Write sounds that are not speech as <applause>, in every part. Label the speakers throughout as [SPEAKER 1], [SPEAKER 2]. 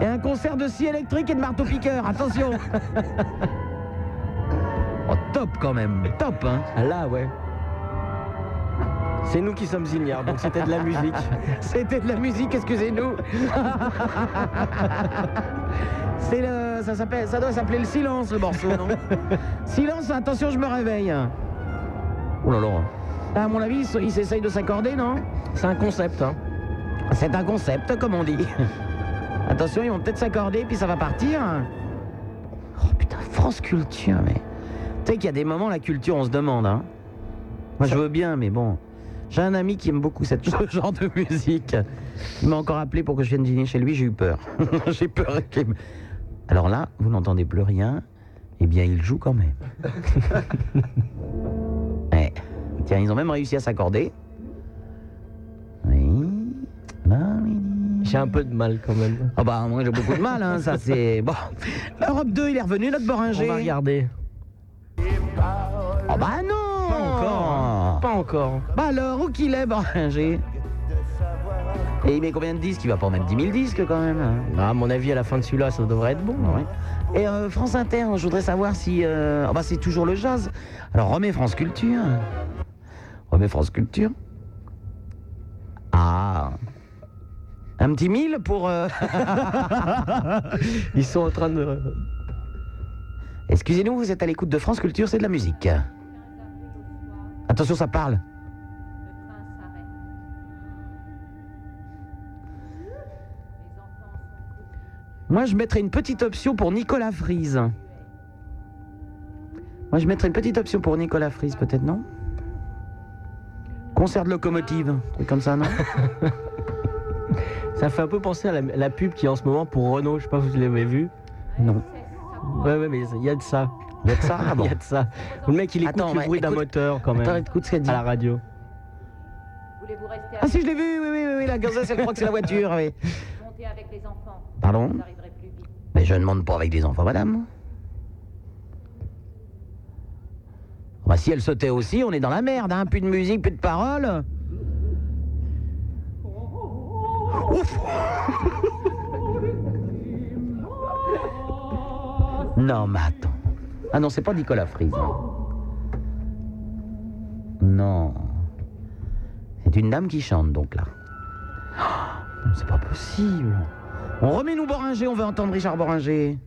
[SPEAKER 1] Et un concert de scie électrique et de marteau-piqueur, attention <laughs> Oh, top quand même, top, hein
[SPEAKER 2] Ah, Là, ouais. C'est nous qui sommes ignares, donc c'était de la musique.
[SPEAKER 1] C'était de la musique, <laughs> excusez-nous. C'est le, ça s'appelle, ça doit s'appeler le silence, le morceau, <laughs> non Silence, attention, je me réveille. Ah,
[SPEAKER 2] Oh là là.
[SPEAKER 1] À mon avis, ils ils essayent de s'accorder, non
[SPEAKER 2] <laughs> C'est un concept, hein.
[SPEAKER 1] C'est un concept, comme on dit. Attention, ils vont peut-être s'accorder, puis ça va partir. Oh putain, France Culture, mais... Tu sais qu'il y a des moments, la culture, on se demande, hein. Moi, je veux bien, mais bon... J'ai un ami qui aime beaucoup cette, ce <laughs> genre de musique. Il m'a encore appelé pour que je vienne dîner chez lui, j'ai eu peur. <laughs> j'ai peur qu'il me- Alors là, vous n'entendez plus rien. Eh bien, il joue quand même. Ouais. Tiens, ils ont même réussi à s'accorder. Oui. Là, oui, oui.
[SPEAKER 2] J'ai un peu de mal quand même.
[SPEAKER 1] Ah bah moi j'ai beaucoup de mal, hein, ça
[SPEAKER 2] <laughs>
[SPEAKER 1] c'est... Bon, Europe 2, il est revenu, notre Boringer.
[SPEAKER 2] On va regarder.
[SPEAKER 1] Oh bah non
[SPEAKER 2] Pas encore. Pas encore.
[SPEAKER 1] Bah alors, où qu'il est, Boringer Et il met combien de disques Il va pas en mettre 10 000 disques quand même. hein.
[SPEAKER 2] Ah, à mon avis, à la fin de celui-là, ça devrait être bon.
[SPEAKER 1] Ouais. Et euh, France Inter, je voudrais savoir si... euh, ah bah c'est toujours le jazz. Alors remets France Culture. Remets France Culture. Ah Un petit 1000 pour...
[SPEAKER 2] <laughs>
[SPEAKER 1] euh,
[SPEAKER 2] Ils sont en train de.
[SPEAKER 1] Excusez-nous, vous êtes à l'écoute de France Culture, c'est de la musique. Attention, ça parle. Moi, je mettrais une petite option pour Nicolas Frise. Moi, je mettrais une petite option pour Nicolas Frise, peut-être, non Concert de locomotive, un truc comme ça,
[SPEAKER 2] <laughs>
[SPEAKER 1] non
[SPEAKER 2] Ça fait un peu penser à la, la pub qui est en ce moment pour Renault. Je sais pas si vous l'avez vu.
[SPEAKER 1] Non.
[SPEAKER 2] Ouais, ouais, mais il y a de ça.
[SPEAKER 1] Vous êtes ça Ah
[SPEAKER 2] Il
[SPEAKER 1] bon.
[SPEAKER 2] y a de ça. Le mec, il écoute
[SPEAKER 1] Attends,
[SPEAKER 2] le
[SPEAKER 1] ouais,
[SPEAKER 2] bruit d'un
[SPEAKER 1] écoute-
[SPEAKER 2] moteur quand même.
[SPEAKER 1] Attends, écoute ce qu'elle dit.
[SPEAKER 2] à la radio.
[SPEAKER 3] Voulez-vous rester
[SPEAKER 1] Ah si, je l'ai vu, oui, oui, oui, oui, la gonzesse, elle croit que c'est la voiture, oui.
[SPEAKER 3] monter avec les enfants
[SPEAKER 1] Pardon
[SPEAKER 3] Vous arriverez plus vite.
[SPEAKER 1] Mais je ne demande pas avec des enfants, madame. Bah, si elle sautait aussi, on est dans la merde, hein. Plus de musique, plus de paroles. Ouf <laughs> Non, mais attends. Ah non, c'est pas Nicolas Frise. hein. Non. C'est une dame qui chante, donc là. Oh, non, c'est pas possible. On remet nous Boringer, on veut entendre Richard Boringer.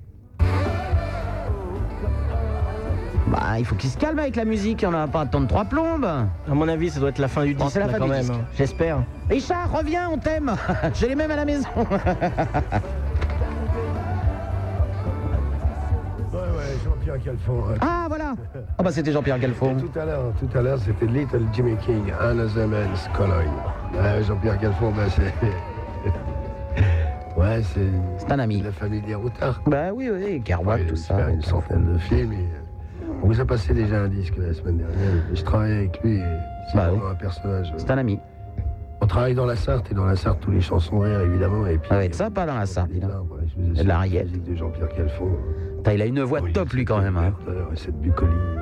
[SPEAKER 1] Bah, il faut qu'il se calme avec la musique, on va pas attendre trois plombes.
[SPEAKER 2] À mon avis, ça doit être la fin du
[SPEAKER 1] Bon,
[SPEAKER 2] disque.
[SPEAKER 1] c'est la
[SPEAKER 2] là,
[SPEAKER 1] fin
[SPEAKER 2] quand
[SPEAKER 1] du
[SPEAKER 2] même.
[SPEAKER 1] disque.
[SPEAKER 2] hein. J'espère.
[SPEAKER 1] Richard, reviens, on t'aime. <laughs> J'ai les mêmes à la maison. <laughs>
[SPEAKER 4] Ouais, ouais, Jean-Pierre Calfon. hein.
[SPEAKER 1] ah, voilà. Ah bah, c'était Jean-Pierre Galfond.
[SPEAKER 4] Tout à l'heure, tout à l'heure, c'était Little Jimmy King, Another Man's Cologne. Ouais, Jean-Pierre Calfon, ben c'est... <laughs> ouais, c'est...
[SPEAKER 1] C'est un ami.
[SPEAKER 4] La famille des routards.
[SPEAKER 1] Bah oui, oui, Kerouac,
[SPEAKER 4] Ouais,
[SPEAKER 1] tout
[SPEAKER 4] j'ai
[SPEAKER 1] ça.
[SPEAKER 4] fait Une centaine de films. et, euh, on vous a passé déjà un disque la semaine dernière. et Je travaillais avec lui. et C'est
[SPEAKER 1] Bah oui.
[SPEAKER 4] vraiment un personnage. euh,
[SPEAKER 1] C'est un ami.
[SPEAKER 4] On travaille dans la Sarthe et dans la Sarthe, tous les chansons rires, évidemment. Et puis,
[SPEAKER 1] Ça va être sympa dans la Sarthe, dis donc.
[SPEAKER 4] Ouais, je vous assure,
[SPEAKER 1] de la
[SPEAKER 4] la
[SPEAKER 1] rillette.
[SPEAKER 4] musique de Jean-Pierre Calfon. hein.
[SPEAKER 1] Putain, il a une voix
[SPEAKER 4] Oui,
[SPEAKER 1] top, lui, quand
[SPEAKER 4] c'est
[SPEAKER 1] même. hein.
[SPEAKER 4] Verdeur Et cette bucolie, euh,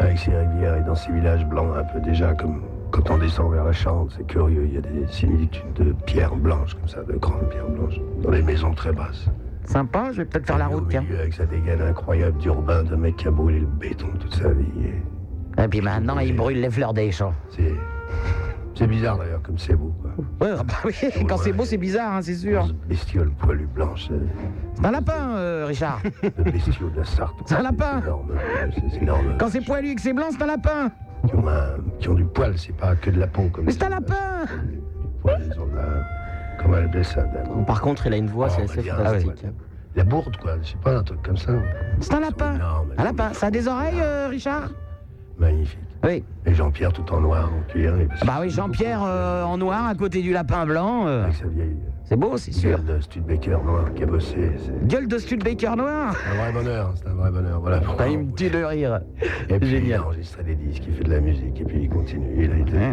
[SPEAKER 4] avec ses rivières et dans ses villages blancs, un peu déjà comme quand on descend vers la Charente, c'est curieux. Il y a des similitudes de pierres blanches, comme ça, de grandes pierres blanches, dans les maisons très basses.
[SPEAKER 1] Sympa, je vais peut-être faire la
[SPEAKER 4] Et au
[SPEAKER 1] route, tiens.
[SPEAKER 4] milieu, avec sa dégaine incroyable d'urbain, d'un mec qui a brûlé le béton toute sa vie. Et
[SPEAKER 1] Et puis maintenant, il brûle les fleurs des champs.
[SPEAKER 4] C'est. C'est bizarre d'ailleurs, comme c'est beau, quoi.
[SPEAKER 1] Ouais, ah bah oui, quand c'est beau, c'est bizarre, hein, c'est sûr.
[SPEAKER 4] Grosse Bestiole poilue blanche, euh,
[SPEAKER 1] C'est un lapin, euh, Richard.
[SPEAKER 4] le bestiau de la Sarthe. quoi.
[SPEAKER 1] C'est un lapin.
[SPEAKER 4] C'est énorme, c'est énorme.
[SPEAKER 1] Quand c'est poilu et que c'est blanc, c'est un lapin.
[SPEAKER 4] Qui ont, un- qui ont du poil, c'est pas que de la peau comme
[SPEAKER 1] Mais c'est
[SPEAKER 4] ça.
[SPEAKER 1] un lapin
[SPEAKER 4] Ouais, ils ont la... Comment elle appelait ça la...
[SPEAKER 2] Par contre, il a une voix, c'est
[SPEAKER 4] on va
[SPEAKER 2] assez
[SPEAKER 4] dire,
[SPEAKER 2] fantastique.
[SPEAKER 4] ouais, la bourde, quoi. Je sais pas, un truc comme ça.
[SPEAKER 1] C'est un lapin.
[SPEAKER 4] énormes, elles
[SPEAKER 1] Un
[SPEAKER 4] sont
[SPEAKER 1] lapin. Ça a des oreilles, euh, Richard
[SPEAKER 4] Magnifique.
[SPEAKER 1] Oui.
[SPEAKER 4] Et Jean-Pierre tout en noir, en cuir. et-
[SPEAKER 1] Bah oui, Jean-Pierre euh, en noir à côté du lapin blanc. euh,
[SPEAKER 4] Avec sa vieille
[SPEAKER 1] c'est beau, c'est sûr.
[SPEAKER 4] gueule de Studebaker noir qui a bossé. C'est
[SPEAKER 1] Gueule de Studebaker noir.
[SPEAKER 4] un vrai bonheur, c'est un vrai bonheur. Voilà pourquoi.
[SPEAKER 1] T'as une Bah, me tue de rire.
[SPEAKER 4] Et puis,
[SPEAKER 1] Génial.
[SPEAKER 4] il a enregistré des disques, il fait de la musique, et puis il continue. Il a été...
[SPEAKER 1] Ouais.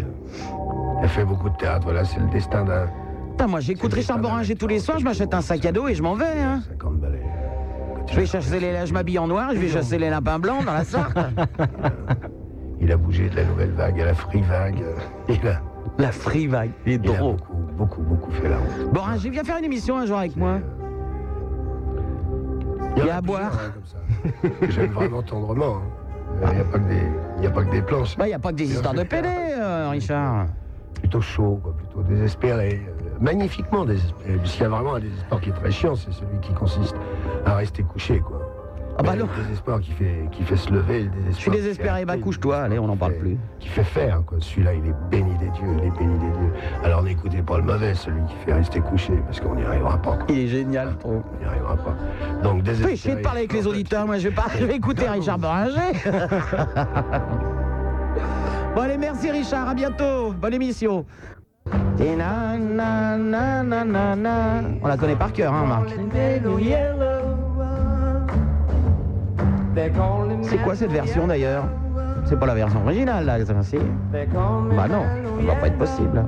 [SPEAKER 4] Il a fait beaucoup de théâtre, voilà, c'est le destin d'un...
[SPEAKER 1] Putain, moi j'écoute
[SPEAKER 4] c'est le
[SPEAKER 1] Richard
[SPEAKER 4] destin d'un
[SPEAKER 1] Boringer tous les
[SPEAKER 4] acteur,
[SPEAKER 1] soirs, je m'achète un sac à dos et je m'en vais. Hein.
[SPEAKER 4] 50 balais.
[SPEAKER 1] Je vais chasser les je m'habille en noir, je vais chasser les lapins blancs dans la
[SPEAKER 2] <laughs>
[SPEAKER 1] Sarthe.
[SPEAKER 4] Il a bougé de la nouvelle vague à la free vague. <laughs> Il a,
[SPEAKER 1] La frivaille, il est
[SPEAKER 4] il a
[SPEAKER 1] drôle.
[SPEAKER 4] beaucoup, beaucoup, beaucoup fait la route.
[SPEAKER 1] Boringer, viens faire une émission un jour avec
[SPEAKER 4] C'est,
[SPEAKER 1] moi.
[SPEAKER 4] euh,
[SPEAKER 1] Il y
[SPEAKER 5] en
[SPEAKER 1] a
[SPEAKER 5] plusieurs,
[SPEAKER 1] à boire. Ah.
[SPEAKER 5] hein, comme ça, que J'aime vraiment tendrement. hein. Euh, Il n'y a pas que des- il n'y a, pas que des planches.
[SPEAKER 1] Bah, il n'y a pas que des histoires de PD, euh, Richard.
[SPEAKER 5] Plutôt chaud, quoi, plutôt désespéré. euh, magnifiquement désespéré. Puisqu'il y a vraiment un désespoir qui est très chiant, c'est celui qui consiste à rester couché, quoi.
[SPEAKER 1] Ah bah
[SPEAKER 5] Mais
[SPEAKER 1] non,
[SPEAKER 5] Le désespoir qui fait, qui fait se lever, le désespoir.
[SPEAKER 1] je suis
[SPEAKER 5] qui fait
[SPEAKER 1] désespéré, bah
[SPEAKER 5] arrêter, le
[SPEAKER 1] couche-toi, allez, on n'en parle
[SPEAKER 5] fait-
[SPEAKER 1] plus.
[SPEAKER 5] Qui fait faire, quoi. Celui-là, il est béni des dieux, il est béni des dieux. Alors n'écoutez pas le mauvais, celui qui fait rester couché, parce qu'on n'y arrivera pas, quoi.
[SPEAKER 2] Il est génial, trop.
[SPEAKER 5] On n'y arrivera pas. Donc désespéré.
[SPEAKER 1] Péché de parler avec les auditeurs, moi je vais, pas, je vais écouter Richard Beringer. <laughs> bon allez, merci Richard, à bientôt, bonne émission. Et na, na, na, na, na, na. On la connaît par cœur, hein Marc C'est quoi cette version d'ailleurs C'est pas la version originale là, ça, c'est... Bah non, ça va pas être possible.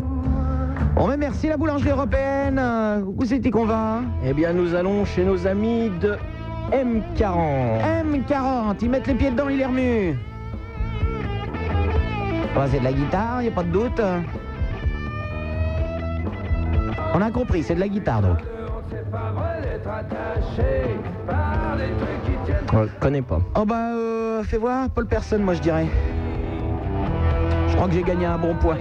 [SPEAKER 1] Bon mais merci la boulangerie européenne, euh, où c'était qu'on va
[SPEAKER 2] Eh bien, nous allons chez nos amis de M40.
[SPEAKER 1] M40, ils mettent les pieds dedans, ils les remuent. Ouais, c'est de la guitare, y a pas de doute. On a compris, c'est de la guitare donc.
[SPEAKER 2] On le connaît pas.
[SPEAKER 1] Oh bah, euh, fais voir, Paul Personne, moi je dirais. Je crois que j'ai gagné un bon point.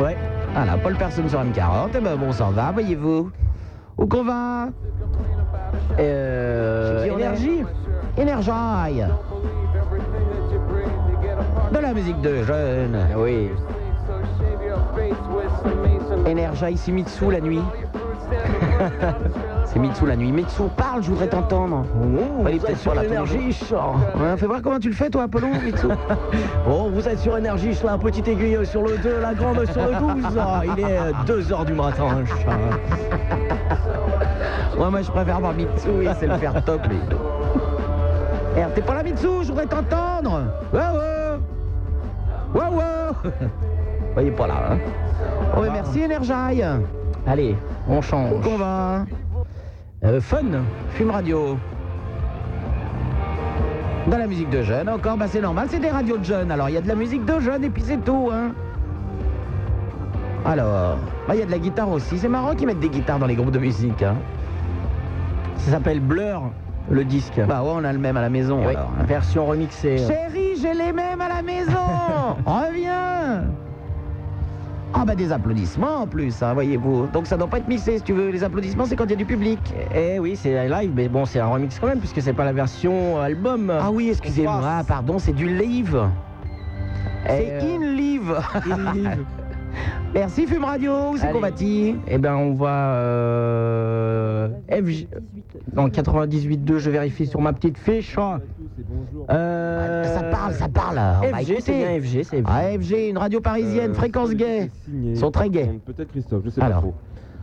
[SPEAKER 1] Ouais. Voilà, Paul Personne sur M40, et ben bon, on s'en va, voyez-vous. Où qu'on va Euh,
[SPEAKER 2] Euh,
[SPEAKER 1] Chez qui on est
[SPEAKER 2] énergie
[SPEAKER 1] Energy De la musique de jeunes.
[SPEAKER 2] Ah Oui.
[SPEAKER 1] Energize, c'est Mitsu la nuit.
[SPEAKER 6] <laughs>
[SPEAKER 1] c'est Mitsu la nuit. Mitsu, parle, je voudrais t'entendre.
[SPEAKER 2] Ouh,
[SPEAKER 1] Il est
[SPEAKER 2] Oh, vous
[SPEAKER 1] peut-être
[SPEAKER 2] êtes
[SPEAKER 1] pas
[SPEAKER 2] sur hein.
[SPEAKER 1] là tous les jours.
[SPEAKER 2] énergie,
[SPEAKER 1] Ouais, fais voir comment tu le fais, toi, Apollon,
[SPEAKER 2] <laughs>
[SPEAKER 1] Mitsu.
[SPEAKER 2] Bon, Oh, vous êtes sur énergie, la petite aiguille sur le 2, la grande sur le 12. Ah, Il est 2h du matin. hein, chat.
[SPEAKER 1] Ouais, moi, je préfère voir Mitsu, il sait le faire top, lui. Eh, t'es pas là, Mitsu, je voudrais t'entendre. Waouh Waouh Waouh <laughs> Ouais, il est pas là, hein. Oh, mais merci, Energize.
[SPEAKER 2] Allez, on
[SPEAKER 1] Où
[SPEAKER 2] change.
[SPEAKER 1] qu'on va
[SPEAKER 2] Euh, fun
[SPEAKER 1] Fume radio. Dans la musique de jeunes, encore, bah c'est normal, c'est des radios de jeunes. Alors il y a de la musique de jeunes et puis c'est tout, hein. Alors, bah il y a de la guitare aussi. C'est marrant qu'ils mettent des guitares dans les groupes de musique, hein.
[SPEAKER 2] Ça s'appelle Blur, le disque.
[SPEAKER 1] Bah ouais, on a le même à la maison.
[SPEAKER 2] Oui,
[SPEAKER 1] alors, hein.
[SPEAKER 2] version remixée.
[SPEAKER 1] Chérie, j'ai les mêmes à la
[SPEAKER 2] <laughs>
[SPEAKER 1] maison. Reviens. Ah bah des applaudissements en plus, hein, voyez-vous. Donc ça doit pas être mixé, si tu veux. Les applaudissements, c'est quand il y a du public.
[SPEAKER 2] Eh oui, c'est live, mais bon, c'est un remix quand même, puisque c'est pas la version euh, album.
[SPEAKER 1] Ah oui, excusez-moi,
[SPEAKER 2] passe.
[SPEAKER 1] pardon, c'est du live. C'est
[SPEAKER 2] Euh,
[SPEAKER 1] in live. <laughs> Merci Fume Radio, où c'est
[SPEAKER 2] Allez.
[SPEAKER 1] qu'on va-t-il
[SPEAKER 2] Eh ben, on va. Euh, FJ. Dans 98.2, je vérifie sur ma petite fiche. Euh,
[SPEAKER 1] Ça parle, ça parle. on va
[SPEAKER 2] FG, c'est
[SPEAKER 1] écouter.
[SPEAKER 2] bien FG, c'est
[SPEAKER 1] Ah, FG, une radio parisienne,
[SPEAKER 7] Euh,
[SPEAKER 1] fréquence
[SPEAKER 7] sont
[SPEAKER 1] gay.
[SPEAKER 7] laissés signer.
[SPEAKER 1] Sont très gays.
[SPEAKER 7] Peut-être Christophe, je sais
[SPEAKER 1] Alors.
[SPEAKER 7] pas trop.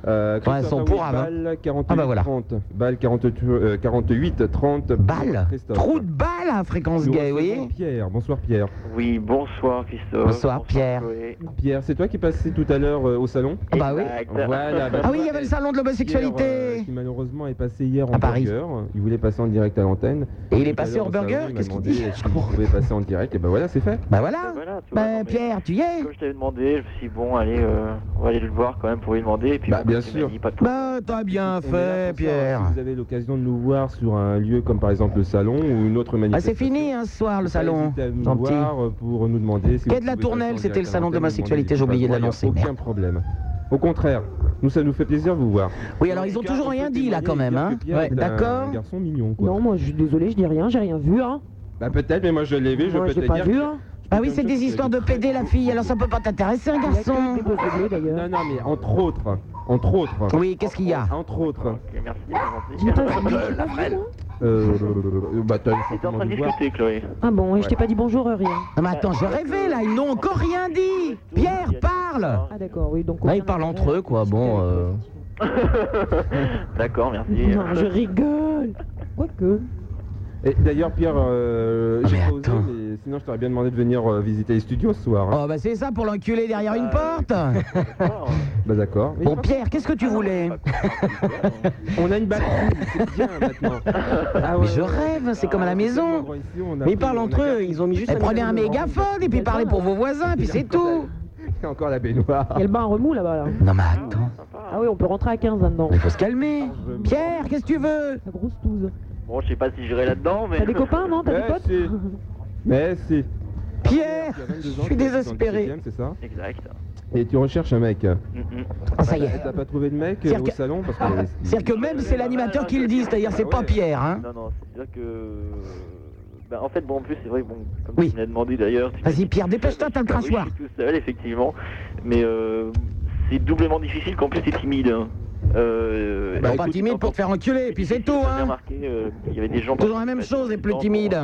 [SPEAKER 7] Euh, Christophe,
[SPEAKER 1] elles sont
[SPEAKER 7] ah oui,
[SPEAKER 1] pourraves, hein.
[SPEAKER 7] Balle 48,
[SPEAKER 1] Ah bah voilà.
[SPEAKER 7] 30. Balle 48, euh, 48, 30. pour
[SPEAKER 1] Balle,
[SPEAKER 7] Christophe.
[SPEAKER 1] trou de balle à fréquence
[SPEAKER 7] Nous
[SPEAKER 1] gay, vous
[SPEAKER 7] recevons
[SPEAKER 1] voyez
[SPEAKER 7] Pierre, bonsoir Pierre.
[SPEAKER 8] Oui, bonsoir Christophe.
[SPEAKER 1] Bonsoir, Pierre.
[SPEAKER 8] Chloé.
[SPEAKER 7] Pierre, c'est toi qui passais tout à l'heure euh, au salon
[SPEAKER 1] Ah bah oui.
[SPEAKER 8] Exact.
[SPEAKER 7] Voilà. bah,
[SPEAKER 1] Ah oui,
[SPEAKER 7] toi,
[SPEAKER 1] il y avait le salon de
[SPEAKER 7] Pierre, euh,
[SPEAKER 1] l'homosexualité.
[SPEAKER 7] qui malheureusement est passé hier en
[SPEAKER 1] À Paris.
[SPEAKER 7] burger. Il voulait passer en direct à l'antenne.
[SPEAKER 1] Et il
[SPEAKER 7] Tout
[SPEAKER 1] est
[SPEAKER 7] à
[SPEAKER 1] passé
[SPEAKER 7] l'heure,
[SPEAKER 1] en
[SPEAKER 7] au salon,
[SPEAKER 1] burger,
[SPEAKER 7] il m'a
[SPEAKER 1] qu'est-ce qu'il
[SPEAKER 7] demandé euh,
[SPEAKER 1] dit
[SPEAKER 7] si on pouvait passer en direct. Et ben voilà, c'est fait.
[SPEAKER 1] Bah
[SPEAKER 8] Ben
[SPEAKER 1] voilà.
[SPEAKER 8] Voilà, tu vois, non,
[SPEAKER 1] Bah
[SPEAKER 8] mais
[SPEAKER 1] Pierre, tu y es
[SPEAKER 8] Comme je t'avais demandé, je me suis dit, bon, allez, euh, on va aller le voir quand même pour lui demander. Et puis,
[SPEAKER 7] Bah,
[SPEAKER 8] bon,
[SPEAKER 7] bien
[SPEAKER 8] il m'a
[SPEAKER 7] sûr.
[SPEAKER 8] dit, pas de problème.
[SPEAKER 1] Bah t'as bien
[SPEAKER 7] On est là
[SPEAKER 1] fait,
[SPEAKER 7] pour ça. hein,
[SPEAKER 1] Pierre.
[SPEAKER 7] Si vous avez l'occasion de nous voir sur un lieu comme par exemple le salon ou une autre
[SPEAKER 1] Ah,
[SPEAKER 7] manifestation.
[SPEAKER 1] c'est fini hein, ce soir, le
[SPEAKER 7] Faut pas
[SPEAKER 1] salon.
[SPEAKER 7] hésiter à nous
[SPEAKER 1] Gentil.
[SPEAKER 7] voir, euh, pour nous demander. Si
[SPEAKER 1] Quai
[SPEAKER 7] vous
[SPEAKER 1] de la
[SPEAKER 7] pouvez
[SPEAKER 1] Tournelle,
[SPEAKER 7] passer en
[SPEAKER 1] c'était
[SPEAKER 7] direct
[SPEAKER 1] le salon de
[SPEAKER 7] à l'antenne,
[SPEAKER 1] l'homosexualité,
[SPEAKER 7] demander.
[SPEAKER 1] j'ai oublié de
[SPEAKER 7] Pas de
[SPEAKER 1] l'annoncer,
[SPEAKER 7] Aucun
[SPEAKER 1] merde.
[SPEAKER 7] problème. Au contraire, nous ça nous fait plaisir de vous voir.
[SPEAKER 1] Oui, alors ils ont toujours rien dit là quand même, hein. Ouais, D'accord
[SPEAKER 7] Un garçon mignon quoi.
[SPEAKER 9] Non, moi je suis désolé, je dis rien, j'ai rien vu. Hein.
[SPEAKER 7] Bah peut-être, mais moi je l'ai vu, je
[SPEAKER 9] Moi
[SPEAKER 7] peux
[SPEAKER 9] j'ai
[SPEAKER 7] te
[SPEAKER 9] pas
[SPEAKER 7] dire.
[SPEAKER 9] vu. Hein.
[SPEAKER 1] Ah oui, c'est des histoires de PD, la fille, alors ça peut pas
[SPEAKER 7] Ah,
[SPEAKER 1] t'intéresser, un
[SPEAKER 9] Il y a que
[SPEAKER 1] garçon.
[SPEAKER 9] des bosses de blé, d'ailleurs.
[SPEAKER 7] Non, non, mais entre autres, entre autres.
[SPEAKER 1] Oui, qu'est-ce qu'il y a
[SPEAKER 7] Entre autres.
[SPEAKER 1] Bah,
[SPEAKER 8] Ok, merci, c'est
[SPEAKER 9] Dis-toi,
[SPEAKER 8] <laughs> gentil.
[SPEAKER 9] je dis- je dis pas bonjour.
[SPEAKER 7] Euh, bah t'as
[SPEAKER 8] J'étais en
[SPEAKER 7] forcément
[SPEAKER 8] train de
[SPEAKER 7] dû voir.
[SPEAKER 8] discuter, Chloé.
[SPEAKER 9] Ah bon, et je t'ai pas dit bonjour, euh, rien.
[SPEAKER 1] Non, Ah, mais attends, je rêvais là, ils n'ont encore rien dit. Pierre, parle
[SPEAKER 9] Ah d'accord, oui, donc.
[SPEAKER 2] Là, ils
[SPEAKER 9] aucun
[SPEAKER 2] parlent
[SPEAKER 9] intérêt
[SPEAKER 2] entre eux, quoi,
[SPEAKER 9] à discuter
[SPEAKER 2] bon,
[SPEAKER 9] avec
[SPEAKER 2] euh,
[SPEAKER 9] eux,
[SPEAKER 8] <laughs> D'accord, merci.
[SPEAKER 9] effectivement.
[SPEAKER 7] euh,
[SPEAKER 9] Non, je rigole. Quoique.
[SPEAKER 7] Ah. Et d'ailleurs, Pierre, euh,
[SPEAKER 1] Ah,
[SPEAKER 7] j'ai
[SPEAKER 1] mais
[SPEAKER 7] pas osé,
[SPEAKER 1] attends.
[SPEAKER 7] mais sinon je t'aurais bien demandé de venir euh, visiter les studios ce soir. hein.
[SPEAKER 1] Oh bah c'est ça pour l'enculé derrière une
[SPEAKER 8] Euh,
[SPEAKER 7] <laughs>
[SPEAKER 1] porte
[SPEAKER 8] D'accord.
[SPEAKER 1] Oh.
[SPEAKER 7] Bah d'accord. Mais
[SPEAKER 1] Bon Pierre, qu'est-ce que
[SPEAKER 7] Ah
[SPEAKER 1] tu voulais
[SPEAKER 8] hein.
[SPEAKER 7] On a une batterie, c'est bien
[SPEAKER 1] <laughs>
[SPEAKER 7] maintenant. Ah ouais,
[SPEAKER 1] Mais je
[SPEAKER 7] ouais,
[SPEAKER 1] rêve, c'est comme à la maison
[SPEAKER 2] Mais euh, ils parlent entre eux, ils ont mis juste.
[SPEAKER 1] Eh, Prenez un mégaphone et puis parlez pour vos voisins, puis c'est tout
[SPEAKER 7] Il y a encore la baignoire.
[SPEAKER 9] Il y a le bain à remous là-bas. Là.
[SPEAKER 1] Non mais attends.
[SPEAKER 8] hein.
[SPEAKER 9] Ah oui, on peut rentrer à 15 là-dedans.
[SPEAKER 1] Il faut se calmer. Pierre, qu'est-ce que tu veux
[SPEAKER 9] La grosse touze.
[SPEAKER 8] Bon, je sais pas si j'irai là-dedans, mais.
[SPEAKER 9] T'as des copains, non T'as des
[SPEAKER 7] Eh,
[SPEAKER 9] potes
[SPEAKER 7] si. Mais si.
[SPEAKER 1] Pierre
[SPEAKER 7] Tu as 22 ans,
[SPEAKER 1] Eh, Je suis
[SPEAKER 7] tu es dans le
[SPEAKER 1] désespéré.
[SPEAKER 7] 17e, C'est ça
[SPEAKER 8] Exact.
[SPEAKER 7] Et tu recherches un mec.
[SPEAKER 8] Mm, mm.
[SPEAKER 1] Ah, Ça y
[SPEAKER 7] Eh,
[SPEAKER 1] est.
[SPEAKER 7] T'as pas trouvé de mec euh,
[SPEAKER 1] C'est-à-dire
[SPEAKER 7] au
[SPEAKER 1] que-
[SPEAKER 7] salon parce que.
[SPEAKER 1] <laughs> C'est-à-dire que même c'est l'animateur qui le dit, c'est-à-dire c'est pas Pierre, hein
[SPEAKER 8] Non, non, c'est-à-dire que. Ben, en fait, bon, en plus, c'est vrai, bon, comme
[SPEAKER 1] Oui.
[SPEAKER 8] tu me l'as demandé d'ailleurs. tu-
[SPEAKER 1] Vas-y, Pierre, dépêche-toi, t'as le
[SPEAKER 8] Ah oui,
[SPEAKER 1] crachoir.
[SPEAKER 8] Je suis tout seul, effectivement. Mais euh, c'est doublement difficile qu'en plus, c'est timide. hein. Euh,
[SPEAKER 1] Bah,
[SPEAKER 8] écoute,
[SPEAKER 1] pas timide pour te faire enculer, et puis c'est tout,
[SPEAKER 8] J'ai bien
[SPEAKER 1] hein
[SPEAKER 8] remarqué, euh, Il y avait des gens.
[SPEAKER 1] Toujours la même chose et plus timide.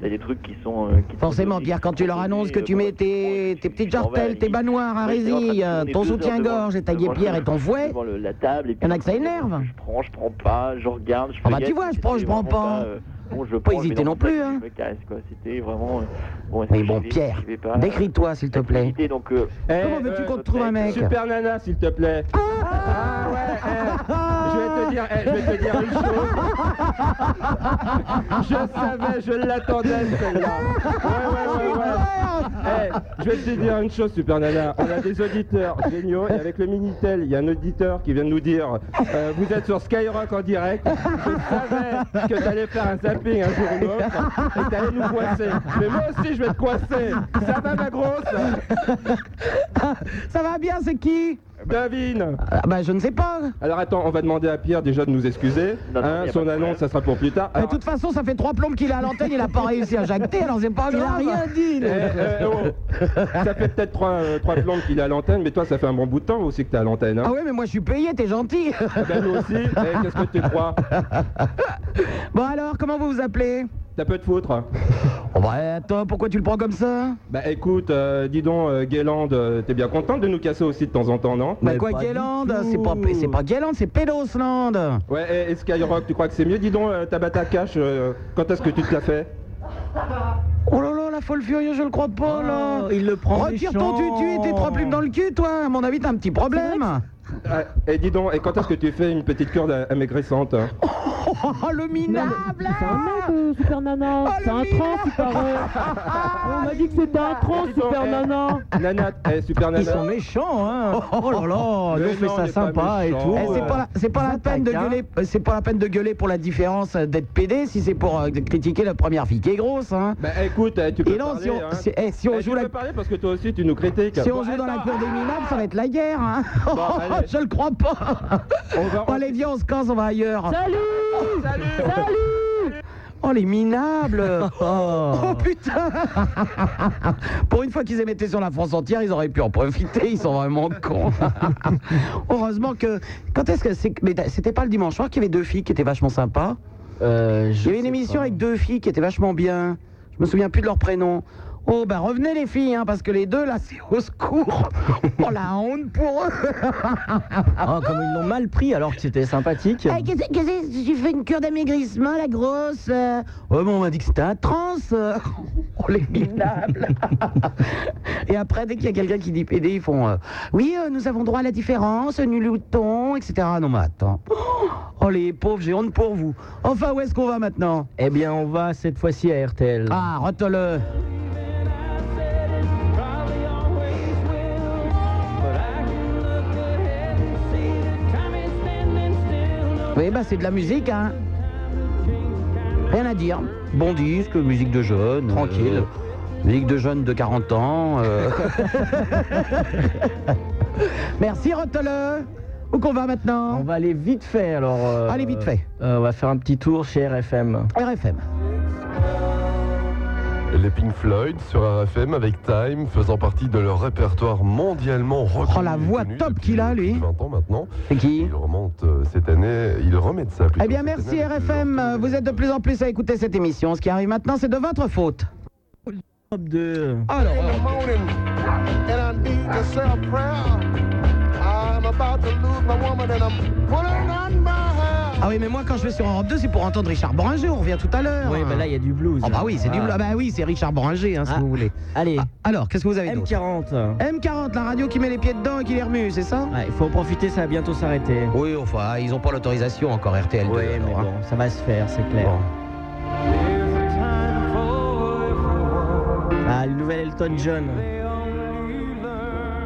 [SPEAKER 8] Il y a des trucs qui sont. euh, qui sont
[SPEAKER 1] Forcément,
[SPEAKER 8] donnés,
[SPEAKER 1] Pierre, quand tu leur
[SPEAKER 8] donnés,
[SPEAKER 1] annonces que
[SPEAKER 8] euh,
[SPEAKER 1] tu
[SPEAKER 8] bon,
[SPEAKER 1] mets
[SPEAKER 8] bah,
[SPEAKER 1] tes,
[SPEAKER 8] tu
[SPEAKER 1] tes
[SPEAKER 8] prends,
[SPEAKER 1] petites
[SPEAKER 8] tu t'en vas,
[SPEAKER 1] jartelles,
[SPEAKER 8] et
[SPEAKER 1] tes
[SPEAKER 8] puis-
[SPEAKER 1] banoirs à
[SPEAKER 8] Ouais, t'es en train de
[SPEAKER 1] résille, euh, ton
[SPEAKER 8] tourner deux heures
[SPEAKER 1] soutien-gorge
[SPEAKER 8] devant-
[SPEAKER 1] et ta guépière
[SPEAKER 8] <laughs> devant-
[SPEAKER 1] et ton fouet,
[SPEAKER 8] devant le- la table. Et puis
[SPEAKER 1] y en a que ça énerve.
[SPEAKER 8] Je prends, je prends pas, je regarde, je
[SPEAKER 1] Ah bah,
[SPEAKER 8] feuillette,
[SPEAKER 1] tu vois, je
[SPEAKER 8] c'était
[SPEAKER 1] prends, je prends
[SPEAKER 8] vraiment
[SPEAKER 1] pas.
[SPEAKER 8] euh, bon, je prends, je mets
[SPEAKER 1] hésiter
[SPEAKER 8] dans
[SPEAKER 1] non
[SPEAKER 8] mon
[SPEAKER 1] plus,
[SPEAKER 8] sac,
[SPEAKER 1] hein.
[SPEAKER 8] Je me casse, quoi. C'était vraiment. euh, Bon, est-ce
[SPEAKER 1] Mais
[SPEAKER 8] que
[SPEAKER 1] bon,
[SPEAKER 8] j'y vais,
[SPEAKER 1] Pierre,
[SPEAKER 8] j'y vais pas
[SPEAKER 1] décris-toi, s'il te plaît.
[SPEAKER 8] Activité, Donc, euh,
[SPEAKER 7] Eh,
[SPEAKER 1] Comment veux-tu qu'on te trouve un mec
[SPEAKER 7] Super nana, s'il te plaît. Ah ouais, eh, je vais te dire, eh, je vais te dire une chose. Je savais, je l'attendais celle-là. Ouais, ouais, ouais, ouais.
[SPEAKER 1] oh,
[SPEAKER 7] Eh, je vais te dire une chose, Super Nana. On a des auditeurs géniaux et avec le Minitel, il y a un auditeur qui vient de nous dire euh, Vous êtes sur Skyrock en direct. Je savais que t'allais faire un zapping un jour ou l'autre et t'allais nous coincer. Mais moi aussi, je vais te coincer. Ça va, ma grosse
[SPEAKER 1] Ça va bien, c'est qui
[SPEAKER 7] Devine
[SPEAKER 1] Ah, Bah, je ne sais pas.
[SPEAKER 7] Alors attends, on va demander à Pierre déjà de nous excuser.
[SPEAKER 8] Non, non,
[SPEAKER 7] Hein,
[SPEAKER 8] y a pas
[SPEAKER 7] son
[SPEAKER 8] de
[SPEAKER 7] annonce,
[SPEAKER 8] problème.
[SPEAKER 7] ça sera pour plus tard.
[SPEAKER 1] De
[SPEAKER 7] Alors,
[SPEAKER 1] toute façon, ça fait trois plombes qu'il est à l'antenne, il a pas réussi à jacter, alors c'est pas
[SPEAKER 7] Il
[SPEAKER 1] grave.
[SPEAKER 7] a rien
[SPEAKER 1] dit.
[SPEAKER 7] eh, eh, oh, ça fait peut-être trois, euh, trois plombes qu'il est à l'antenne, mais toi, ça fait un bon bout de temps aussi que t'es à l'antenne. hein.
[SPEAKER 1] Ah ouais, mais moi je suis payé, t'es gentil.
[SPEAKER 7] Ah bah, nous aussi, eh, qu'est-ce que tu crois
[SPEAKER 1] Bon alors, comment vous vous appelez
[SPEAKER 7] T'as peu de foutre.
[SPEAKER 1] Oh bah attends, pourquoi tu le prends comme ça
[SPEAKER 7] Bah écoute, euh, dis donc, euh, Guélande, euh, t'es bien contente de nous casser aussi de temps en temps, non
[SPEAKER 1] Bah quoi, Guélande C'est pas, c'est pas Guélande, c'est Pédosland.
[SPEAKER 7] Ouais, et, et Skyrock, tu crois que c'est mieux Dis donc, euh, Tabata Cash, euh, quand est-ce que tu te l'as fait
[SPEAKER 1] Oh là là, la folle furieuse, je le crois pas là.
[SPEAKER 2] Oh, il le prend
[SPEAKER 1] Retire ton tutu et tes trois plumes dans le cul, toi. À mon avis, t'as un petit problème.
[SPEAKER 7] Ah, Et dis donc, et quand est-ce que tu fais une petite cure d'a- amaigrissante hein
[SPEAKER 1] Oh le minable
[SPEAKER 9] C'est un mec, euh, Super Nana.
[SPEAKER 1] Oh, le
[SPEAKER 9] c'est un trans, Super Nana. on m'a dit que c'était un trans,
[SPEAKER 7] Dis donc,
[SPEAKER 9] Super
[SPEAKER 7] eh.
[SPEAKER 9] Nana.
[SPEAKER 7] Nana, eh, super
[SPEAKER 2] Ils sont
[SPEAKER 7] nana.
[SPEAKER 2] méchants, hein Oh là là,
[SPEAKER 7] Mais
[SPEAKER 2] nous on fait
[SPEAKER 7] non, on
[SPEAKER 2] ça
[SPEAKER 7] est pas
[SPEAKER 2] sympa et
[SPEAKER 7] méchants.
[SPEAKER 2] tout. euh.
[SPEAKER 1] Eh, c'est pas, la- c'est pas la peine de
[SPEAKER 2] taquin.
[SPEAKER 1] gueuler. euh, C'est pas la peine de gueuler pour la différence euh, d'être pédé si c'est pour euh, critiquer la première fille qui est grosse. Hein.
[SPEAKER 7] Bah écoute, eh, tu peux
[SPEAKER 1] Et non,
[SPEAKER 7] parler,
[SPEAKER 1] si on,
[SPEAKER 7] hein.
[SPEAKER 1] si- eh, si on
[SPEAKER 7] Eh,
[SPEAKER 1] joue
[SPEAKER 7] tu
[SPEAKER 1] la
[SPEAKER 7] peux parler parce que toi aussi tu nous critiques.
[SPEAKER 1] Si
[SPEAKER 7] Bon,
[SPEAKER 1] on joue dans la
[SPEAKER 7] attends,
[SPEAKER 1] cour des minables, ça va être la guerre, hein <laughs>
[SPEAKER 7] allez.
[SPEAKER 1] Je le crois pas
[SPEAKER 7] on va-
[SPEAKER 1] Oh, allez, viens, on se casse, on va ailleurs
[SPEAKER 9] Salut
[SPEAKER 1] Oh, les minables Oh putain <laughs> Pour une fois qu'ils émettaient sur la France entière, ils auraient pu en profiter, ils sont vraiment cons Heureusement que... Quand est-ce que c'est... Mais c'était pas le dimanche soir qu'il y avait deux filles qui étaient vachement sympas Il y avait une émission avec deux filles qui étaient vachement bien. Je me souviens plus de leur prénom. Oh, ben revenez les filles, hein, parce que les deux, là, c'est au secours Oh, la honte pour eux
[SPEAKER 2] <laughs> Ah, comme ils l'ont mal pris alors que c'était sympathique.
[SPEAKER 1] Ah, qu'est-ce qu'est-ce que c'est J'ai fait une cure d'amaigrissement, la grosse. euh. Ouais, bon, on m'a dit que c'était un trans. euh. <laughs> Oh, les minables. <laughs> et après, dès qu'il y a quelqu'un qui dit PD, ils font euh, Oui, euh, nous avons droit à la différence, nul ou ton, etc. Non, mais attends. <gasps> Oh, les pauvres, j'ai honte pour vous. Enfin, où est-ce qu'on va maintenant
[SPEAKER 2] Eh bien, on va cette fois-ci à RTL.
[SPEAKER 1] Ah, retourne-le. Oui, bah c'est de la musique, hein. Rien à dire. Bon disque, musique de jeune.
[SPEAKER 2] Tranquille.
[SPEAKER 1] euh, musique de jeune de 40 ans. euh. <laughs> Merci, Rotole. Où qu'on va maintenant
[SPEAKER 2] On va aller vite fait alors. euh,
[SPEAKER 1] Allez, vite fait.
[SPEAKER 2] euh, on va faire un petit tour chez RFM.
[SPEAKER 1] RFM.
[SPEAKER 10] Les Pink Floyd sur RFM avec Time, faisant partie de leur répertoire mondialement reconnu.
[SPEAKER 1] Oh, la
[SPEAKER 10] et
[SPEAKER 1] voix
[SPEAKER 10] connu
[SPEAKER 1] top
[SPEAKER 10] depuis
[SPEAKER 1] qu'il a,
[SPEAKER 10] plus de
[SPEAKER 1] lui.
[SPEAKER 10] 20 ans maintenant.
[SPEAKER 1] C'est qui
[SPEAKER 10] Ils remontent euh, cette année, ils remettent ça. plutôt
[SPEAKER 1] Eh bien,
[SPEAKER 10] cette
[SPEAKER 1] merci,
[SPEAKER 10] année avec le
[SPEAKER 1] RFM.
[SPEAKER 10] leur
[SPEAKER 1] euh, Vous êtes de plus en plus à écouter cette émission. Ce qui arrive maintenant, c'est de votre faute.
[SPEAKER 2] Ah.
[SPEAKER 1] Alors, euh, ah oui, mais moi, quand je vais sur Europe 2, c'est pour entendre Richard Boringer. On revient tout à l'heure.
[SPEAKER 2] Oui,
[SPEAKER 1] hein.
[SPEAKER 2] mais là il y a du blues.
[SPEAKER 1] Ah bah oui, c'est du bla- bah oui, c'est Richard Boringer, hein, si
[SPEAKER 2] Ah.
[SPEAKER 1] vous voulez.
[SPEAKER 2] Allez,
[SPEAKER 1] Ah, alors, qu'est-ce que vous avez d'autre
[SPEAKER 2] M40.
[SPEAKER 1] M40, la radio qui met les pieds dedans et qui les remue, c'est ça
[SPEAKER 2] Ouais, il faut en profiter, ça va bientôt s'arrêter.
[SPEAKER 1] Oui, enfin, ils ont pas l'autorisation encore RTL.
[SPEAKER 2] Oui, mais bon, ça va se faire, c'est clair. Ah, le nouvel Elton John.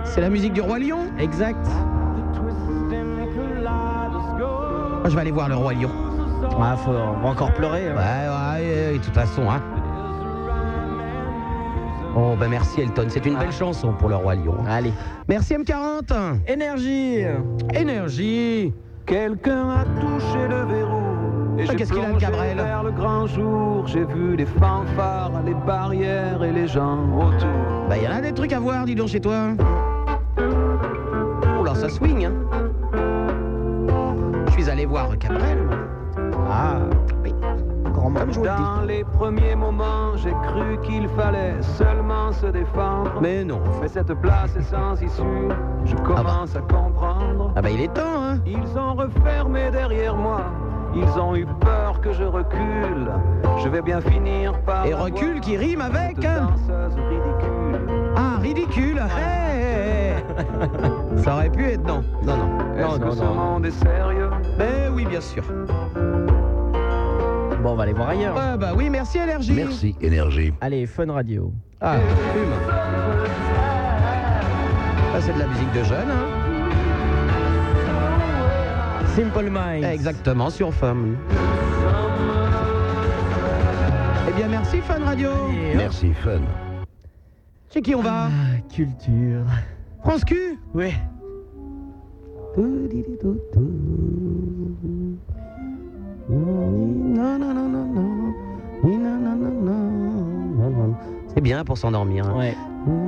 [SPEAKER 1] C'est la musique du Roi Lion Exact. Moi, je vais aller voir le Roi Lion.
[SPEAKER 2] Ah, faut, on va encore pleurer.
[SPEAKER 1] Ouais,
[SPEAKER 2] hein.
[SPEAKER 1] ouais, ouais, de toute façon, hein. Oh, ben merci Elton, c'est une belle chanson pour le Roi Lion. hein.
[SPEAKER 2] Allez.
[SPEAKER 1] Merci M40
[SPEAKER 2] Énergie
[SPEAKER 1] Énergie
[SPEAKER 6] Quelqu'un a touché le verrou. Et
[SPEAKER 1] Ah,
[SPEAKER 6] j'ai
[SPEAKER 1] qu'est-ce qu'il a, le
[SPEAKER 6] plongé
[SPEAKER 1] Cabrel
[SPEAKER 6] vers le grand jour, j'ai vu les fanfares, les barrières et les gens autour.
[SPEAKER 1] Bah, il y en a des trucs à voir, dis donc, chez toi. Oh là, ça swing, hein. Je suis allé voir Cabrel. moi.
[SPEAKER 2] Ah,
[SPEAKER 1] Oui.
[SPEAKER 2] grand moment.
[SPEAKER 6] Dans les premiers moments, j'ai cru qu'il fallait seulement se défendre.
[SPEAKER 1] Mais non.
[SPEAKER 6] Mais cette place est sans issue, je
[SPEAKER 1] bah.
[SPEAKER 6] commence à comprendre.
[SPEAKER 1] Ah bah, il est temps, hein.
[SPEAKER 6] Ils ont refermé derrière moi, ils ont eu peur que je recule. Je vais bien finir par.
[SPEAKER 1] Et
[SPEAKER 6] avoir
[SPEAKER 1] recul qui rime avec,
[SPEAKER 6] cette
[SPEAKER 1] hein.
[SPEAKER 6] danseuse ridicule.
[SPEAKER 1] Ah, ridicule. Hey, hey, hey. Ça aurait pu être, non. Non, non.
[SPEAKER 6] Est-ce
[SPEAKER 1] Non,
[SPEAKER 6] que
[SPEAKER 1] non,
[SPEAKER 6] ce
[SPEAKER 1] non.
[SPEAKER 6] monde est sérieux
[SPEAKER 1] Ben oui, bien sûr.
[SPEAKER 2] Bon, on va aller voir ailleurs.
[SPEAKER 1] Ouais, bah oui, merci Énergie.
[SPEAKER 5] Merci, énergie.
[SPEAKER 2] Allez, Fun Radio.
[SPEAKER 1] Ah, fume. Ah, c'est de la musique de jeunes, hein.
[SPEAKER 2] Simple Minds.
[SPEAKER 1] Exactement, sur Femme. Eh bien, merci Fun Radio.
[SPEAKER 2] Et euh, hop,
[SPEAKER 5] Merci, fun.
[SPEAKER 1] Chez qui on va
[SPEAKER 2] ah, culture.
[SPEAKER 1] France Q
[SPEAKER 2] Ouais.
[SPEAKER 1] C'est bien pour s'endormir. hein.
[SPEAKER 2] Ouais.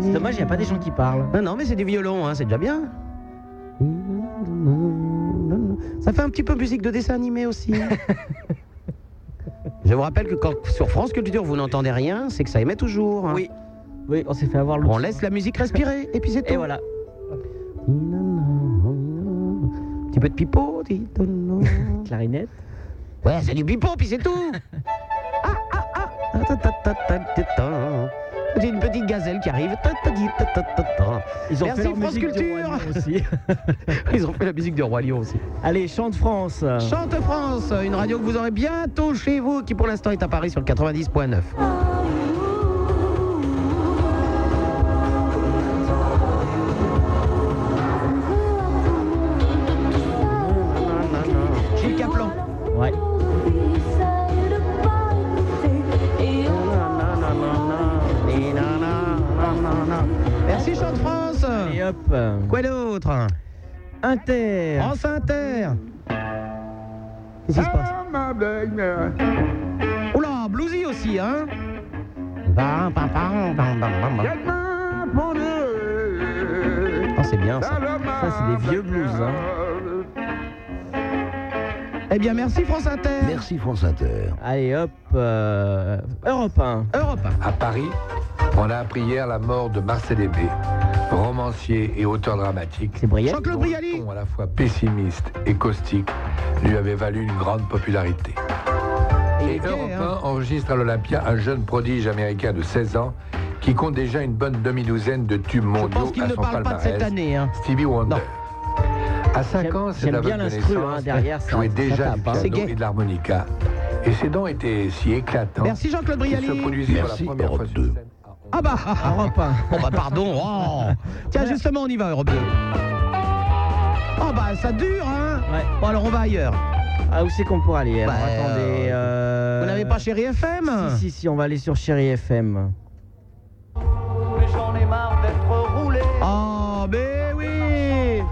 [SPEAKER 2] C'est dommage, il n'y a pas des gens qui parlent.
[SPEAKER 1] Non, non, mais c'est du violon, hein, c'est déjà bien. Ça fait un petit peu musique de dessin animé aussi. Je vous rappelle que quand sur France Culture vous n'entendez rien, c'est que ça émet toujours. hein.
[SPEAKER 2] Oui. Oui, on s'est fait avoir le.
[SPEAKER 1] On laisse la musique respirer et puis c'est tout.
[SPEAKER 2] Et voilà.
[SPEAKER 1] Petit peu de pipeau. dis donc.
[SPEAKER 2] Clarinette.
[SPEAKER 1] Ouais, c'est du pipeau, puis c'est tout. <laughs> Ah, ah, ah. Ta, ta, ta, ta, ta, ta. J'ai une petite gazelle qui arrive. Ta, ta, di, ta, ta, ta, ta.
[SPEAKER 2] Ils ont
[SPEAKER 1] Merci,
[SPEAKER 2] fait leur
[SPEAKER 1] France
[SPEAKER 2] musique du
[SPEAKER 1] Culture.
[SPEAKER 2] Roi Lion aussi.
[SPEAKER 1] <laughs> Ils ont fait la musique de Roi Lion aussi.
[SPEAKER 2] Allez, chant de France.
[SPEAKER 1] Ah. Chante France, une radio que vous aurez bientôt chez vous, qui pour l'instant est à Paris sur le 90.9. Gilles Caplan.
[SPEAKER 2] Ouais.
[SPEAKER 1] Merci Chante France.
[SPEAKER 2] Et hop.
[SPEAKER 1] Quoi d'autre
[SPEAKER 2] Inter.
[SPEAKER 1] France Inter. Qu'est-ce qui se passe Oula, bluesy aussi, hein Oh, c'est bien ça.
[SPEAKER 2] Ça, c'est des vieux blues. hein.
[SPEAKER 1] Eh bien, merci France Inter.
[SPEAKER 5] Merci, France Inter.
[SPEAKER 2] Allez, hop. euh, Europe 1.
[SPEAKER 1] Europe.
[SPEAKER 4] À Paris, on a appris hier la mort de Marcel Aimé, romancier et auteur dramatique.
[SPEAKER 2] C'est brillant.
[SPEAKER 1] Jean-Claude
[SPEAKER 4] dont le
[SPEAKER 1] Brialy.
[SPEAKER 4] ton à la fois pessimiste et caustique lui avait valu une grande popularité. Et
[SPEAKER 1] était,
[SPEAKER 4] Europe 1
[SPEAKER 1] hein.
[SPEAKER 4] enregistre à l'Olympia un jeune prodige américain de 16 ans qui compte déjà une bonne demi-douzaine de tubes
[SPEAKER 1] Je
[SPEAKER 4] mondiaux
[SPEAKER 1] pense qu'il
[SPEAKER 4] à
[SPEAKER 1] ne
[SPEAKER 4] son
[SPEAKER 1] parle pas de cette
[SPEAKER 4] palmarès.
[SPEAKER 1] année. hein.
[SPEAKER 4] Stevie Wonder.
[SPEAKER 1] Non.
[SPEAKER 4] À 5
[SPEAKER 2] J'aime-
[SPEAKER 4] ans, c'est
[SPEAKER 2] j'aime
[SPEAKER 4] la
[SPEAKER 2] bien
[SPEAKER 4] bonne
[SPEAKER 2] l'instru, hein,
[SPEAKER 4] connaissance,
[SPEAKER 2] derrière, ça-
[SPEAKER 4] jouait
[SPEAKER 2] ça
[SPEAKER 4] déjà
[SPEAKER 2] tape,
[SPEAKER 4] du
[SPEAKER 2] hein. C'est
[SPEAKER 4] piano
[SPEAKER 1] gay.
[SPEAKER 4] et de l'harmonica. Et ses dents étaient si éclatantes
[SPEAKER 1] Merci Jean-Claude
[SPEAKER 4] qu'il se
[SPEAKER 1] Brialy.
[SPEAKER 4] produisit pour la
[SPEAKER 5] Merci,
[SPEAKER 4] première
[SPEAKER 5] Europe
[SPEAKER 4] fois sur
[SPEAKER 5] 2.
[SPEAKER 4] scène à
[SPEAKER 1] Ah bah, <laughs> ah, ah,
[SPEAKER 2] Europe 1.
[SPEAKER 1] oh bah pardon. oh. <laughs> Tiens, justement, on y va, Europe 2. Oh bah, ça dure, hein
[SPEAKER 2] Ouais.
[SPEAKER 1] Bon, alors on va ailleurs.
[SPEAKER 2] Ah, où c'est qu'on pourrait aller alors,
[SPEAKER 1] Bah,
[SPEAKER 2] Attendez. euh,
[SPEAKER 1] Vous n'avez pas hein. chéri FM
[SPEAKER 2] Si, si, si, on va aller sur Chéri FM.
[SPEAKER 6] Mais j'en ai marre d'être roulé.
[SPEAKER 1] Oh, mais oui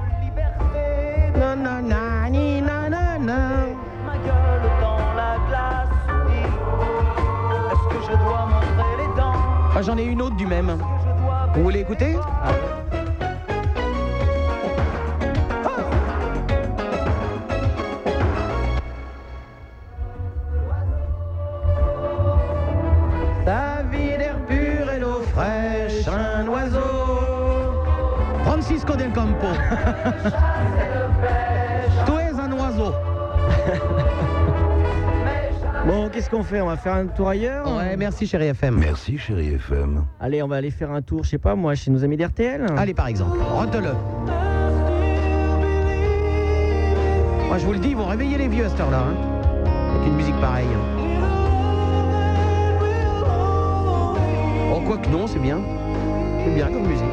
[SPEAKER 1] Non, non, non, ni, non, non, non.
[SPEAKER 6] Ma gueule dans la glace. Est-ce que je dois montrer les dents
[SPEAKER 1] Ah, J'en ai une autre du même. Vous voulez écouter Ah.
[SPEAKER 2] Ta vie d'air pur et l'eau fraîche, un oiseau.
[SPEAKER 1] Francisco del Campo. <laughs> tu es un oiseau.
[SPEAKER 2] Bon, qu'est-ce qu'on fait On va faire un tour ailleurs
[SPEAKER 1] Ouais, merci chéri FM.
[SPEAKER 5] Merci, chérie FM.
[SPEAKER 2] Allez, on va aller faire un tour, je sais pas moi, chez nos amis d'RTL.
[SPEAKER 1] Allez, par exemple, rote-le. Moi, je vous le dis, ils vont réveiller les vieux à cette heure-là. hein, Avec une musique pareille. Oh, quoique non, c'est bien. C'est bien comme musique.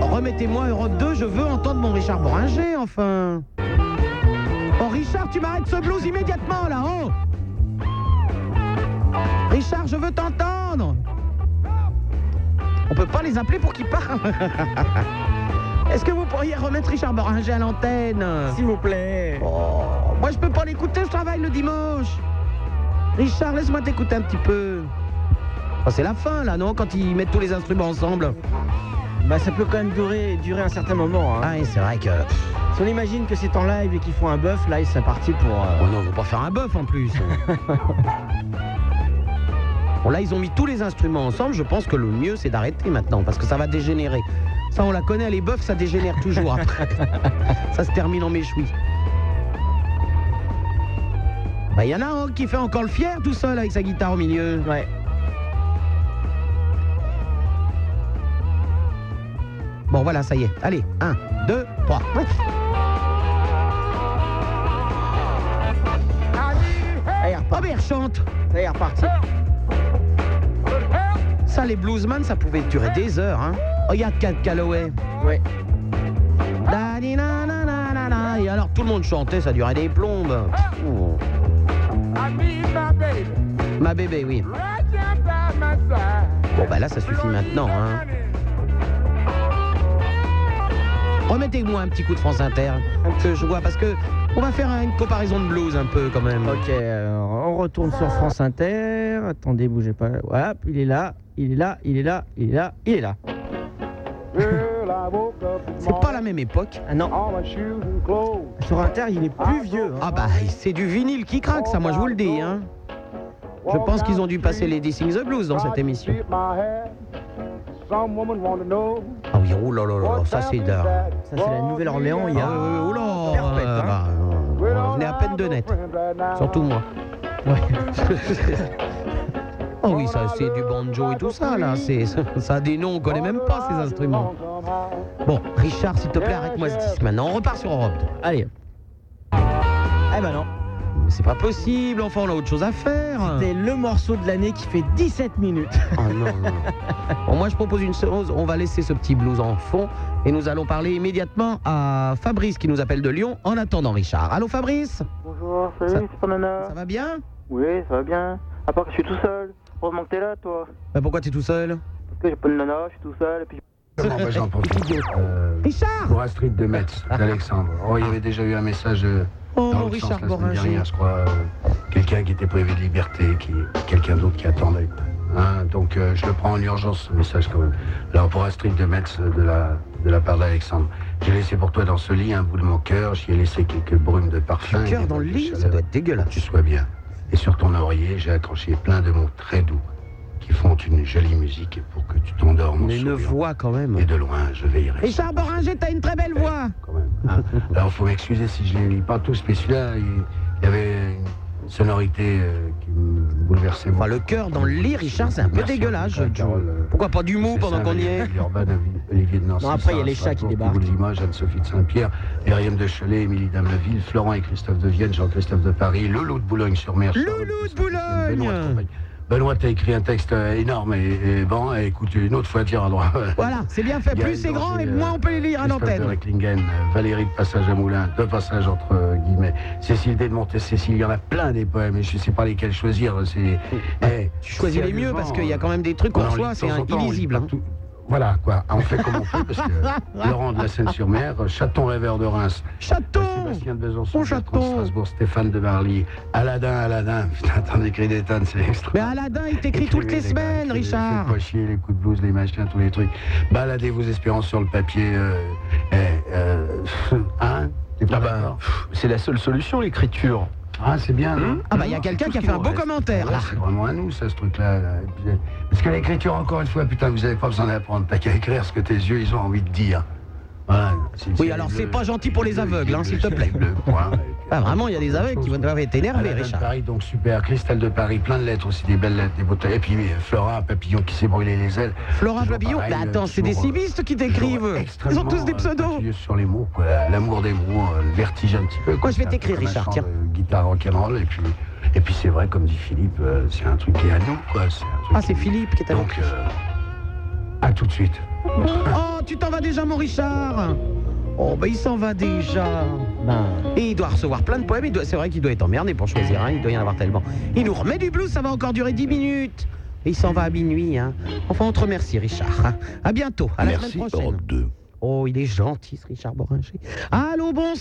[SPEAKER 1] Remettez-moi Europe 2, je veux entendre mon Richard Boringer, enfin. Oh Richard, tu m'arrêtes ce blues immédiatement là, oh Richard, je veux t'entendre On peut pas les appeler pour qu'ils parlent <laughs> Est-ce que vous pourriez remettre Richard Boringer à l'antenne S'il vous plaît Moi je peux pas l'écouter, je travaille le dimanche Richard, laisse-moi t'écouter un petit peu. Oh, c'est la fin là, non Quand ils mettent tous les instruments ensemble.
[SPEAKER 2] Bah ça peut quand même durer, durer un certain moment. hein.
[SPEAKER 1] Ah oui, c'est vrai que. Ah.
[SPEAKER 2] Si on imagine que c'est en live et qu'ils font un bœuf, là ils sont partis pour. euh,
[SPEAKER 1] Oh non, on va pas faire un bœuf en plus. bon là, ils ont mis tous les instruments ensemble. Je pense que le mieux, c'est d'arrêter maintenant, parce que ça va dégénérer. Ça, on la connaît, les bœufs, ça dégénère toujours après. ça se termine en méchoui. Bah, il y en a un qui fait encore le fier tout seul avec sa guitare au milieu. Ouais. Bon, voilà, ça y est. Allez, 1, 2, 3. Oh, mais elle chante Ah.
[SPEAKER 2] Ça y est, reparti.
[SPEAKER 1] Ça, les bluesman, ça pouvait durer des heures. Hein. Regarde Cat Calloway.
[SPEAKER 2] Ouais.
[SPEAKER 1] Da di na na na na na. Et alors, tout le monde chantait, ça durait des plombes. Ouh. Ma bébé, oui. Bon, bah là, ça suffit maintenant. Hein. Remettez-moi un petit coup de France Inter, que je vois, parce que on va faire une comparaison de blues un peu quand même.
[SPEAKER 2] Ok, alors, on retourne sur France Inter. Attendez, bougez pas. Voilà, il est là, il est là, il est là, il est là, il est là.
[SPEAKER 1] C'est pas la même époque.
[SPEAKER 2] Ah non, sur Inter, il est plus vieux. hein.
[SPEAKER 1] Ah bah, c'est du vinyle qui craque, ça, moi je vous le dis. Hein. Je pense qu'ils ont dû passer les Dissing the Blues dans cette émission. Ah oui, oh là là là, là, ça c'est dingue. Ah, euh, oh
[SPEAKER 2] Ça, c'est la Nouvelle-Orléans, il y a. Perpète, hein.
[SPEAKER 1] on est bah, euh, à peine de net. Surtout moi. <laughs> oh oui, ça c'est du banjo et tout ça là. C'est, <laughs> ça a des noms, on connaît même pas ces instruments. Bon, Richard, s'il te plaît, arrête-moi ce disque maintenant. On repart sur Europe.
[SPEAKER 2] Allez. Eh ben non,
[SPEAKER 1] Mais C'est pas possible, enfin on a autre chose à faire.
[SPEAKER 2] c'est le morceau de l'année qui fait 17 minutes.
[SPEAKER 1] Oh non, non.
[SPEAKER 5] <laughs>
[SPEAKER 1] Bon, moi, je propose une chose. On va laisser ce petit blues en fond et nous allons parler immédiatement à Fabrice qui nous appelle de Lyon en attendant Richard. Allô, Fabrice
[SPEAKER 8] Bonjour,
[SPEAKER 1] Ça-
[SPEAKER 8] salut, c'est pas Nana.
[SPEAKER 1] Ça va bien
[SPEAKER 8] Oui, ça va bien. À part que je suis tout seul. Heureusement que t'es là, toi.
[SPEAKER 1] bah, Pourquoi t'es tout seul
[SPEAKER 8] Parce que j'ai pas de nana, je suis tout seul. Et puis...
[SPEAKER 4] Bon, bah, j'en profite. Euh,
[SPEAKER 1] Richard
[SPEAKER 4] pour Astrid de Metz, d'Alexandre. Oh, il y avait déjà eu un message euh,
[SPEAKER 1] Oh,
[SPEAKER 4] dans l'autre
[SPEAKER 1] Richard
[SPEAKER 4] sens la semaine
[SPEAKER 1] Boringer.
[SPEAKER 4] dernière, je crois. euh, Quelqu'un qui était privé de liberté, qui, quelqu'un d'autre qui attendait. Hein, donc euh, je le prends en urgence, ce message quand même. Alors pour Astrid de Metz, euh, de la, de la part d'Alexandre, j'ai laissé pour toi dans ce lit un bout de mon cœur, j'y ai laissé quelques brumes de parfum.
[SPEAKER 1] Le
[SPEAKER 4] et
[SPEAKER 1] cœur
[SPEAKER 4] des
[SPEAKER 1] dans le
[SPEAKER 4] gouttes de
[SPEAKER 1] lit Ça
[SPEAKER 4] chaleur
[SPEAKER 1] doit être dégueulasse.
[SPEAKER 4] tu sois bien. Et sur ton oreiller, j'ai accroché plein de mots très doux qui font une jolie musique pour que tu t'endormes. en
[SPEAKER 1] Mais une
[SPEAKER 4] souriant.
[SPEAKER 1] voix quand même.
[SPEAKER 4] Et de loin, je veillerai.
[SPEAKER 1] Richard Boringer, t'as une très belle voix.
[SPEAKER 4] Quand même,
[SPEAKER 1] Ah.
[SPEAKER 4] hein. <laughs> Alors, faut m'excuser si je ne les lis pas tous, mais celui-là, il il y avait une sonorité euh, qui me bouleversait.
[SPEAKER 1] Enfin,
[SPEAKER 4] beaucoup.
[SPEAKER 1] le cœur dans le lit, Richard, c'est un peu
[SPEAKER 4] Merci en tout
[SPEAKER 1] dégueulasse.
[SPEAKER 4] cas,
[SPEAKER 1] je-
[SPEAKER 4] Carole, euh,
[SPEAKER 1] Pourquoi pas du mot
[SPEAKER 4] c'est
[SPEAKER 1] pendant
[SPEAKER 4] ça,
[SPEAKER 1] qu'on y
[SPEAKER 4] Valérie
[SPEAKER 1] est
[SPEAKER 4] Urbain, Olivier- Olivier de Nancy,
[SPEAKER 2] Non, après, il y a les
[SPEAKER 4] Sarah
[SPEAKER 2] chats qui
[SPEAKER 4] Strasbourg,
[SPEAKER 2] débarquent.
[SPEAKER 4] Boubou de Limoges, Anne-Sophie de Saint-Pierre, Myriam de Chelay, Émilie Dameleville, Florent et Christophe de Vienne, Jean-Christophe de Paris, Loulou de Boulogne-sur-Mer. Charlotte
[SPEAKER 1] Loulou de
[SPEAKER 4] Constantine, Benoît
[SPEAKER 1] Boulogne.
[SPEAKER 4] de Combagne. Benoît, t'as écrit un texte euh, énorme et, et bon, et écoute, une autre fois, tu iras droit.
[SPEAKER 1] <laughs> Voilà, c'est bien fait.
[SPEAKER 4] Il y a
[SPEAKER 1] Plus c'est
[SPEAKER 4] dans
[SPEAKER 1] grand et
[SPEAKER 4] une,
[SPEAKER 1] moins on peut les lire à
[SPEAKER 4] Christophe de
[SPEAKER 1] l'antenne.
[SPEAKER 4] Recklingen, euh, Valérie de Passage à Moulin, de Passage entre euh, guillemets, Cécile D de Montecécile, il y en a plein des poèmes, et je sais pas lesquels choisir. C'est, eh,
[SPEAKER 1] Bah, Tu choisis les mieux
[SPEAKER 4] sérieusement,
[SPEAKER 1] parce qu'il y a
[SPEAKER 4] euh,
[SPEAKER 1] quand même des trucs
[SPEAKER 4] on
[SPEAKER 1] qu'on
[SPEAKER 4] en
[SPEAKER 1] soit,
[SPEAKER 4] lit de
[SPEAKER 1] c'est
[SPEAKER 4] temps en
[SPEAKER 1] un-
[SPEAKER 4] temps, on lit
[SPEAKER 1] illisible.
[SPEAKER 4] pas
[SPEAKER 1] hein.
[SPEAKER 4] tout. Voilà, quoi. Ah, On fait comme on peut, parce
[SPEAKER 1] <laughs>
[SPEAKER 4] que Laurent de la Seine-sur-Mer, Chaton rêveur de Reims, euh,
[SPEAKER 1] Chaton
[SPEAKER 4] Sébastien de Besançon,
[SPEAKER 1] Mon
[SPEAKER 4] Bertrand
[SPEAKER 1] chaton.
[SPEAKER 4] de Strasbourg, Stéphane de Barly, Aladin, Aladin. <laughs> Putain, t'en écris des tonnes, c'est extra.
[SPEAKER 1] Mais Aladdin, il t'écrit
[SPEAKER 4] Écrivez
[SPEAKER 1] toutes les
[SPEAKER 4] gars,
[SPEAKER 1] semaines,
[SPEAKER 4] écrivez,
[SPEAKER 1] Richard.
[SPEAKER 4] Faites pas chier, les coups de blouse, les machins, tous les trucs. Baladez vos espérances sur le papier. euh, eh, euh, <laughs> hein T'es pas d'accord
[SPEAKER 6] Ah bah, C'est la seule solution, l'écriture. Hmm
[SPEAKER 4] Ah, c'est bien. non
[SPEAKER 1] Ah bah il y a quelqu'un qui a fait un beau commentaire
[SPEAKER 4] Ouais,
[SPEAKER 1] là.
[SPEAKER 4] C'est vraiment à nous, ça, ce truc-là. là. Et puis, euh, Parce que l'écriture, encore une fois, putain, vous avez pas besoin d'apprendre. T'as qu'à écrire ce que tes yeux, ils ont envie de dire. Voilà. C'est une
[SPEAKER 1] Oui,
[SPEAKER 4] série
[SPEAKER 1] alors,
[SPEAKER 4] bleue,
[SPEAKER 1] c'est pas gentil pour les
[SPEAKER 4] série bleue,
[SPEAKER 1] aveugles, hein,
[SPEAKER 4] série
[SPEAKER 1] s'il te
[SPEAKER 4] bleue,
[SPEAKER 1] plaît.
[SPEAKER 4] série bleue, point.
[SPEAKER 1] Ah vraiment, il y a des aveugles qui vont doivent être énervés,
[SPEAKER 4] Alain de
[SPEAKER 1] Richard.
[SPEAKER 4] Paris, donc super. Cristal de Paris, plein de lettres aussi, des belles lettres, des bouteilles. Et puis euh, Flora, Papillon qui s'est brûlé les ailes.
[SPEAKER 1] Flora
[SPEAKER 4] Toujours
[SPEAKER 1] Papillon,
[SPEAKER 4] pareil,
[SPEAKER 1] mais
[SPEAKER 4] euh,
[SPEAKER 1] attends, c'est des
[SPEAKER 4] toujours, euh,
[SPEAKER 1] civistes qui
[SPEAKER 4] toujours
[SPEAKER 1] t'écrivent. Ils ont
[SPEAKER 4] extrêmement,
[SPEAKER 1] tous des
[SPEAKER 4] euh,
[SPEAKER 1] pseudos.
[SPEAKER 4] pointilleux sur les mots, quoi. L'amour des mots, euh, le vertige un petit peu. quoi.
[SPEAKER 1] je vais
[SPEAKER 4] C'est un
[SPEAKER 1] t'écrire,
[SPEAKER 4] peu comme un
[SPEAKER 1] Richard,
[SPEAKER 4] chant
[SPEAKER 1] tiens.
[SPEAKER 4] de Guitare rock'n'roll, et puis, et puis c'est vrai, comme dit Philippe, euh, c'est un truc qui est à nous, quoi. C'est un truc
[SPEAKER 1] Ah, c'est
[SPEAKER 4] qui-
[SPEAKER 1] Philippe qui est avec
[SPEAKER 4] Donc, euh, à tout de suite.
[SPEAKER 1] Oh, tu t'en vas déjà, mon Richard Oh, bah il s'en va déjà. Et il doit recevoir plein de poèmes. il doit- C'est vrai qu'il doit être emmerdé pour choisir, hein. il doit y en avoir tellement. Il nous remet du blues, ça va encore durer 10 minutes. Et il s'en va à minuit. Hein. Enfin, on te remercie, Richard. hein. À bientôt, à la
[SPEAKER 11] Merci,
[SPEAKER 1] semaine prochaine.
[SPEAKER 11] Europe 2.
[SPEAKER 1] Oh, il est gentil, ce Richard Boringer. Allô, bonsoir.